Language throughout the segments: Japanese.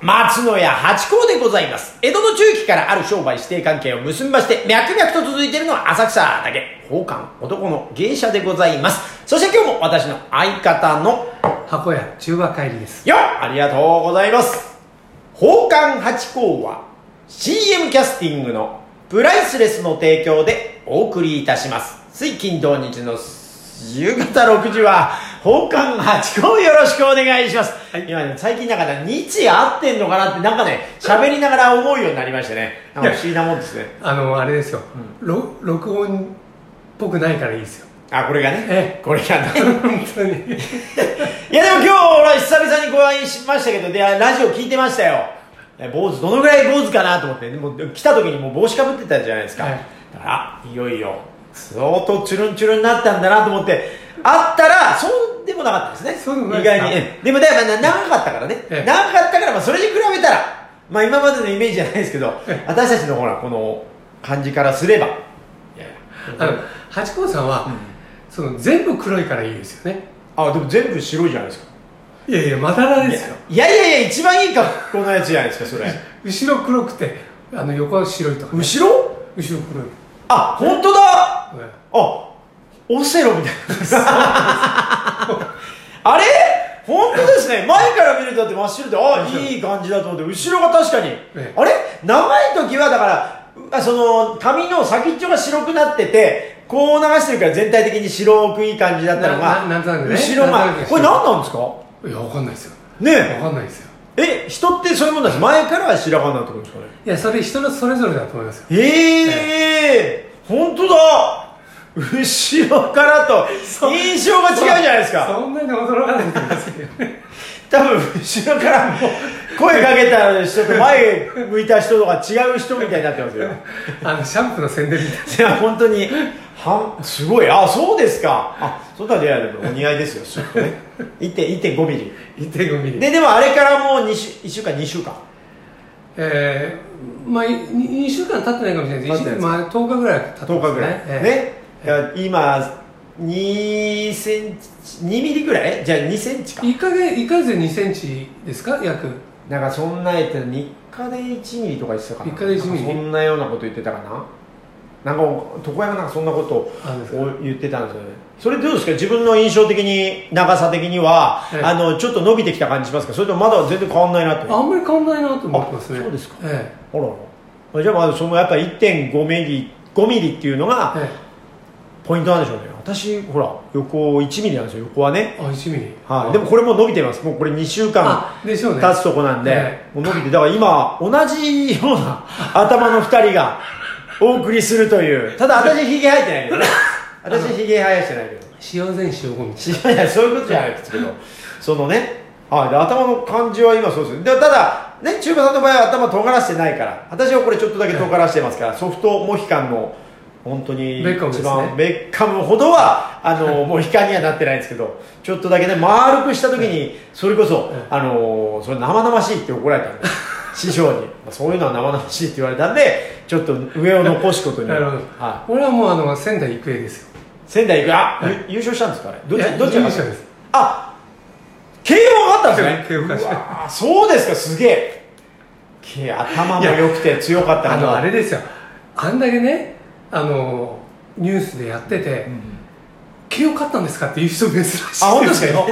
松野屋八甲でございます。江戸の中期からある商売指定関係を結びまして、脈々と続いているのは浅草だけ、宝冠男の芸者でございます。そして今日も私の相方の、箱屋中和帰りですよっありがとうございます。宝冠八甲は CM キャスティングのプライスレスの提供でお送りいたします。水金土日の夕方6時は宝冠八甲よろしくお願いします。今ね、最近だから日夜合ってんのかなってなんかね、喋りながら思うようになりましてね。なんか不思議なもんですね。あのあれですよ、ろ録音っぽくないからい いですよあ、これがえね。これがね。本当にいやでも今日俺は久々にご覧しましたけどでラジオ聞いてましたよえ坊主どのぐらい坊主かなと思ってもう来た時にもう帽子かぶってたじゃないですか、はいだからあいよいよ相当チュルンチュルンになったんだなと思って会ったらそうでもなかったですねそうでもない意です外かにえでもだから長かったからね、ええ長かったから、まあ、それに比べたらまあ今までのイメージじゃないですけど、え私たちのほらこの感じからすればいやいあやのハチ公さんは、んその全部黒いからいいですよねあでも全部白いじゃないですかいやいやまだらですよいやいやいや一番いい格好のやつじゃないですかそれ後ろ黒くてあの横は白いとかね、後ろ後ろ黒い、あ本当だうんあオセロみたいなあれ本当ですね前から見るとだって真っ白であいい感じだと思って後ろが確かに、えあれ長い時はだからうあその髪の先っちょが白くなっててこう流してるから全体的に白くいい感じだったのがなななんとなくね後ろながんとなくこれ何なんですかいやわかんないですよわねかんないですよええ人ってそういうもんだし前からは白髪になってくるんですかねいやそれ人のそれぞれだと思いますよええ本当だ後ろからと印象が違うじゃないですかそんなに驚かないと思いますけ どね多分後ろからも声かけた人と前向いた人とか違う人みたいになってますよあのシャンプーの宣伝みたいないや本当にはんすごいあそうですかあそうだねいやでもお似合いですよすっとね1.5ミリ 1.5ミリででもあれからもう2週1週間2週間えー、まあ2週間経ってないかもしれないです経ってないですまあ、10日ぐらいは経ってます10日ぐらい、ええね、いや今2センチ2ミリぐらいじゃあ2センチか1か月1ヶ月で2センチですか約なんかそんなやつ3日で1ミリとか言ってたかな3日で1ミリなんかそんなようなこと言ってたかななんか床屋がなんかそんなことをあるんですか言ってたんですよねそれどうですか自分の印象的に長さ的には、ええあのちょっと伸びてきた感じしますかそれともまだ全然変わんないなってあんまり変わんないなと思ってますねあそうですかえほらほらじゃあまだそのやっぱ1.5ミリ5ミリっていうのえがえポイントなんでしょうね私ほら横1ミリなんですよ横はね、えあ1ミリはい、でもこれもう伸びてますもうこれ2週間あでしょうね立つとこなんで、えもう伸びてだから今同じような頭の2人がお送りすると いうただ私ひげ生えてないけどね私ひげ生やしてないけど使用前使用後みたいいやいやそういうことじゃないですけどそのねはいで頭の感じは今そうですでただね中華さんの場合は頭尖らしてないから私はこれちょっとだけ尖らしてますからソフトモヒカンの本当に一ベッカ番ムですねベッカムほどはあのモヒカンにはなってないんですけどちょっとだけね丸くした時にそれこそええあのそれ生々しいって怒られたんで 師匠にまあそういうのは生々しいって言われたんでちょっと上を残すことに ななるほど、は俺はもうあの仙台育英ですよい、仙台行くあ、ゆ優勝したんですかあれどっいやちどっちが優勝った勝ですあ慶応があったんですね慶応がうわーそうですかすげえ慶頭も良くて強かったあなのあれですよあんだけねあのニュースでやってて、慶応勝ったんですかっていう人珍しいあ本当ですか よ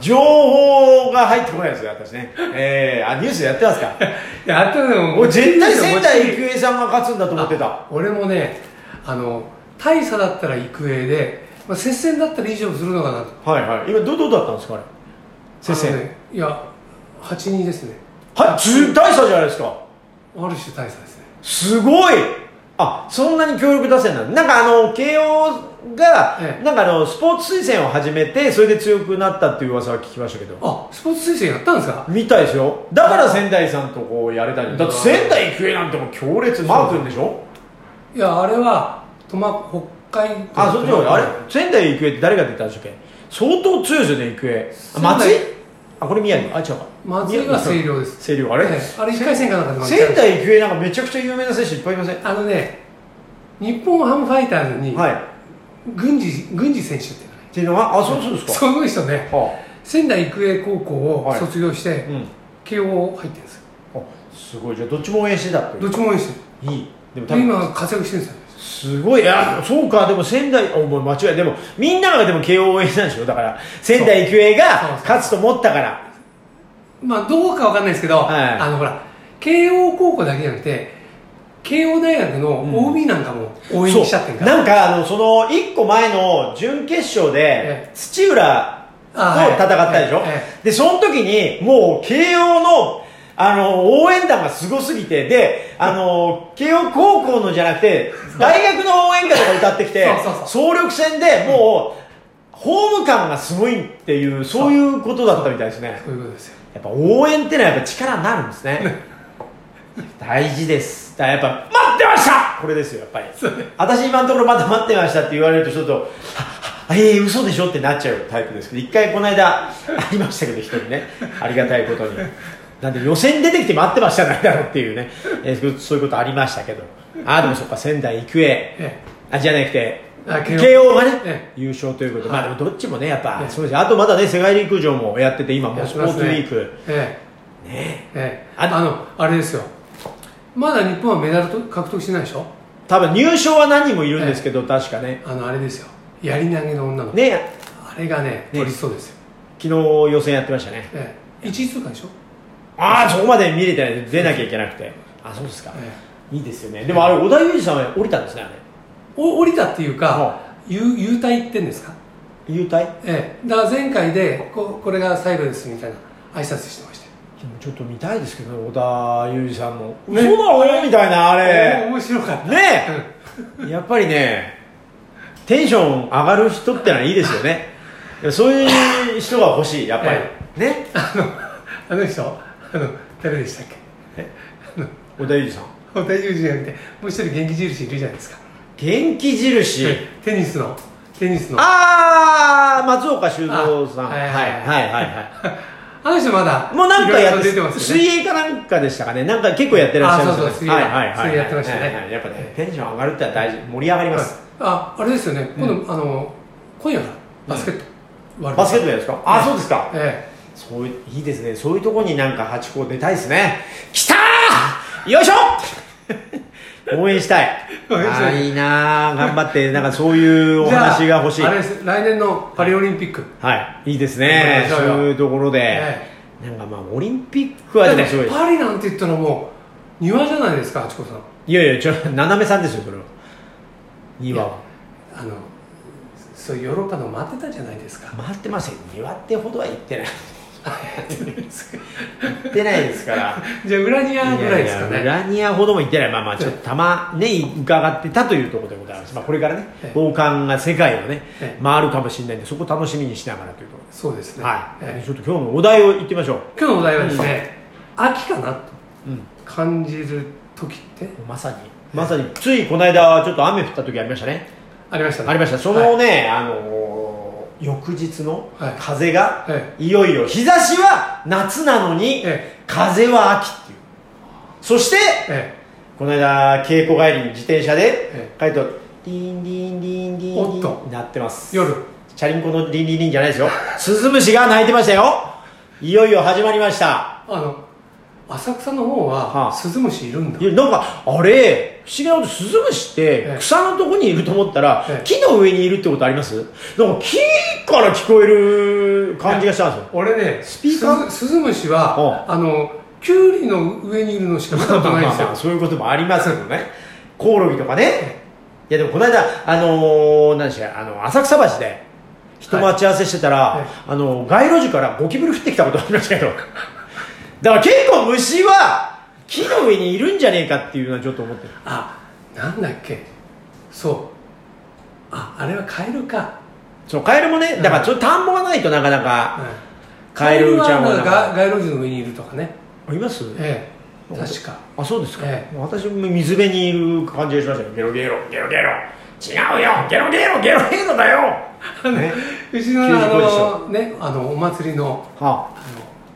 情報が入ってこないですよ私ねえー、あニュースでやってますかいやあったで も俺絶対仙台育英さんが勝つんだと思ってたあ俺もねあの大差だったら育英で、まあ、接戦だったら以上するのかなとはいはい今どどうだったんですかあれ先あの生ねいや8-2ですねはいず大差じゃないですかある種大差ですねすごいあそんなに協力打線なのなんかあの慶応が、ええなんかあのスポーツ推薦を始めてそれで強くなったっていう噂は聞きましたけどあスポーツ推薦やったんですかみたいですよだから仙台さんとこうやれたりだって仙台育英なんてもう強烈マー君でしょいやあれは苫北海道あそっちの方があれ仙台育英って誰が出たんでしたっけ相当強いですよね育英あ仙台松井あこれ宮城あ違うか松井は星稜です星稜あれ、ええあれ1回戦かなんかで負けた仙台育英なんかめちゃくちゃ有名な選手いっぱいいませんあのね日本ハムファイターズにはいっ郡司郡司選手っていうのていうのはあがいそうそうでるすかその人ねは仙台育英高校を卒業して、あうん慶応入ってるんですよあすごいじゃあどっちも応援してたってどっちも応援してるいいでも多で分今活躍してるんですよすごいいやそうかでも仙台あお前間違いでもみんながでも慶応応援したんでしょだから仙台育英そうがそう勝つと思ったからまあどうかわかんないですけど、はいあのほら慶応高校だけじゃなくて慶応大学の OB なんかも応援しちゃってるそかうら、なんかあのその1個前の準決勝えで土浦と戦ったでしょ、あはいえでその時にもう慶応のあの応援団がすごすぎてであの慶応高校のじゃなくて大学の応援歌とか歌ってきてそうそうそう総力戦でもうホーム感がすごいっていうそういうことだったみたいですねそういうことですよやっぱ応援ってのはやっぱ力になるんですね大事ですだからやっぱ待ってましたこれですよやっぱりそうね私今のところまだ待ってましたって言われるとちょっとははえー、嘘でしょってなっちゃうタイプですけど一回この間ありましたけど一人ねありがたいことになんで予選出てきて待ってましたないだろうっていうね、えーそうそういうことありましたけどああでもそっか仙台育英えあじゃなくてあ慶応慶応がね、え優勝ということで、はいまあでもどっちもねやっぱ、ええそうですねあとまだね世界陸上もやってて今もうスポーツウィーク、えねえええああののあれですよまだ日本はメダルと獲得してないでしょ多分入賞は何人もいるんですけど、確かねあのあれですよやり投げの女の子、ねあれがね取りそうですよ、昨日予選やってましたねええ、1位通過でしょ、ああそこまで見れてない出なきゃいけなくてあそうですか、えいいですよねでもあれ織田裕二さんは降りたんですねあれえ、お降りたっていうはか、優優待ってんですか、優待ええ、だから前回でここれが最後ですみたいな挨拶してましたよちょっと見たいですけどね織田裕二さんの、ね、ね嘘だろみたいなあおれ面白かったねえやっぱりねテンション上がる人ってのはいいですよねいやそういう人が欲しいやっぱり、えねあのあの人あの誰でしたっけ織田裕二さん大田裕二じゃなくてもう一人元気印いるじゃないですか、元気印、ええテニスのテニスのああ松岡修造さんあははいいははいいはいはあの人まだいもうなんかいろやいっろて出てますよね水泳かなんかでしたかねなんか結構やってらっしゃいますよあそうそう水ね泳はいはいはい水泳やってましたねはいはいやっぱねテンション上がるってのは大事盛り上がりますああれですよね今度、あの今夜だバスケット、ワールドバスケットじゃないですかあそうですかえそういういいですねそういうとこになんかハチ公出たいですねきたーよいしょ応援したい応援したあいーいいなー頑張ってなんかそういうえおじゃあ話が欲しいあれです来年のパリオリンピック、はいいいですねそ頑う張りましょうよいうところで、えなんかまあオリンピックはでもすごいですパリなんて言ったらもう庭じゃないですかあちこさんいやいや、ちょ、斜めさんですよ、それは。庭は。あのそういうヨーロッパの待ってたじゃないですか 回ってません。庭ってほどは言ってない。言ってないですから。じゃあ裏庭ぐらいですかねややラニアほども言ってない。まあまあ、ちょっとたまね、伺ってたというところでございます。まあ、これからねえ、え王冠が世界をねえ、え回るかもしれないんで、そこを楽しみにしながらというところです。そうですね、はい。えちょっと今日のお題を言ってみましょう。え今日のお題はですね、秋かなとうん感じる時ってまさに。まさに、ついこの間、ちょっと雨降った時ありましたね。ありましたねありました。そはいのね、あのー、翌日のはい風が、えいよいよ日差しは夏なのに、え風は秋っていうそしてええこの間稽古帰りに自転車でえ帰るとリンリンリンリンリンおっとなってますえ夜チャリンコのリンリンリンじゃないですよ スズムシが鳴いてましたよいよいよ始まりましたあの浅草の方はあはスズムシいるんだ、いやなんかあれ不思議なことスズムシっえてえ草のとこにいると思ったら、ええ木の上にいるってことありますなんか木から聞こえる感じがしたんですよ俺ねスピーカースズスズムシはあのキュウリの上にいるのしか見たことないまんですあまあまあよ そういうこともありますけどねコオロギとかねいやでもこの間あのー、何でしたっけあの浅草橋で人待ち合わせしてたら、いはいあの街路樹からゴキブリ降ってきたことありましたけど だから結構虫は木の上にいるんじゃねえかっていうのはちょっと思ってるあなんだっけそうああれはカエルか、そうカエルもねだからちょっと田んぼがないとなかなうかんカエルちゃんカはなエルんかが街路樹の上にいるとかねあいますええ確かあそうですか、え私も水辺にいる感じがしましたよゲロゲロゲロゲロ違うよゲロゲロゲロゲロだよ、 ね、うちの95でしあのねあのお祭りのはあ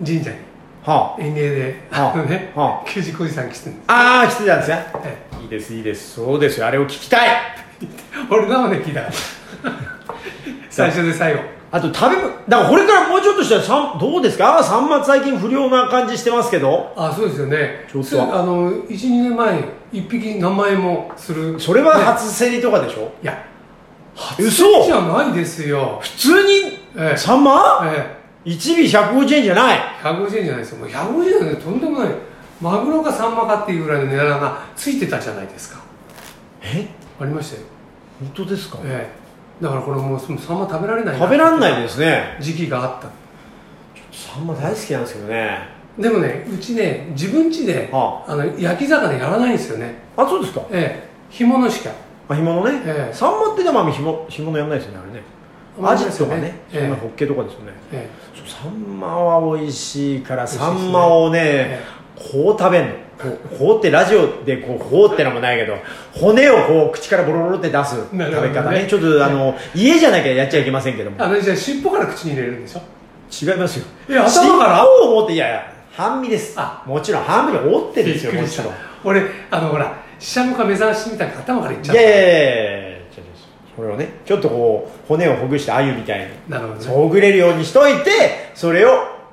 の神社にあは園芸ではああのねは九時小路さん来てるんです、あああ来てたんですねえいいですいいですそうですよあれを聞きたい え、俺生で聞いた最初で最後あと食べ物だからこれからもうちょっとしたらさんどうですかあーさんま最近不良な感じしてますけどあそうですよねちょっとすあの12年前1匹何万円もするそれはね初競りとかでしょいや初嘘競りじゃないですよ普通にええさんまえ1尾150円じゃないえ150円じゃないですよもう150円なんてとんでもないマグロかサンマかっていうぐらいの値段がついてたじゃないですかえありましたよ本当ですかええだからこれもうそのサンマ食べられない食べらんないいですね時期があったさんま大好きなんですけどねでもねうちね自分家で、はあ、の焼き魚やらないんですよねあそうですかええ干物しかあ干物ね、ええさんまってでもあんま干物干物やんないですよねあれねアジとかね、えそんえなホッケとかですよねえそうサンマは美味しいから味しいサですねンマをね、えこう食べんのこうこうってラジオでこうこうってのもないけど骨をこう口からボロボロって出す食べなるほどね方ねちょっとあの家じゃなきゃやっちゃいけませんけどもえあのじゃあ尻尾から口に入れるんでしょ違いますよえ頭から尻尾を持っていやいや半身ですあもちろん半身折ってですよびっくもりちしたろん俺あのほらししゃもか目覚ましみたいに頭からいっちゃっいたやいやいやいやちょっとそれをねちょっとこう骨をほぐして鮎みたいになるほどねそうぐれるようにしといてそれを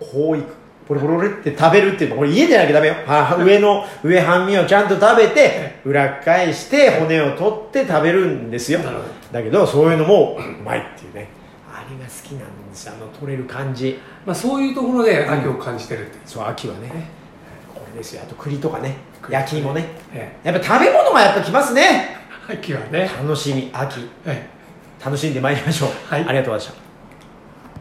こういくポロポロポロって食べるっていうのこれ家でなきゃダメよは上の上半身をちゃんと食べて裏返して骨を取って食べるんですよなるほどだけどそういうのもうまいっていうねあれが好きなんですあの取れる感じまあ、そういうところで秋を感じてるっていう、そう秋はねこれですよあと栗とかね栗焼き芋ねえやっぱ食べ物がやっぱきますねえ秋はね、楽しみ秋ええ哎楽しんでまいりましょう、はいありがとうございました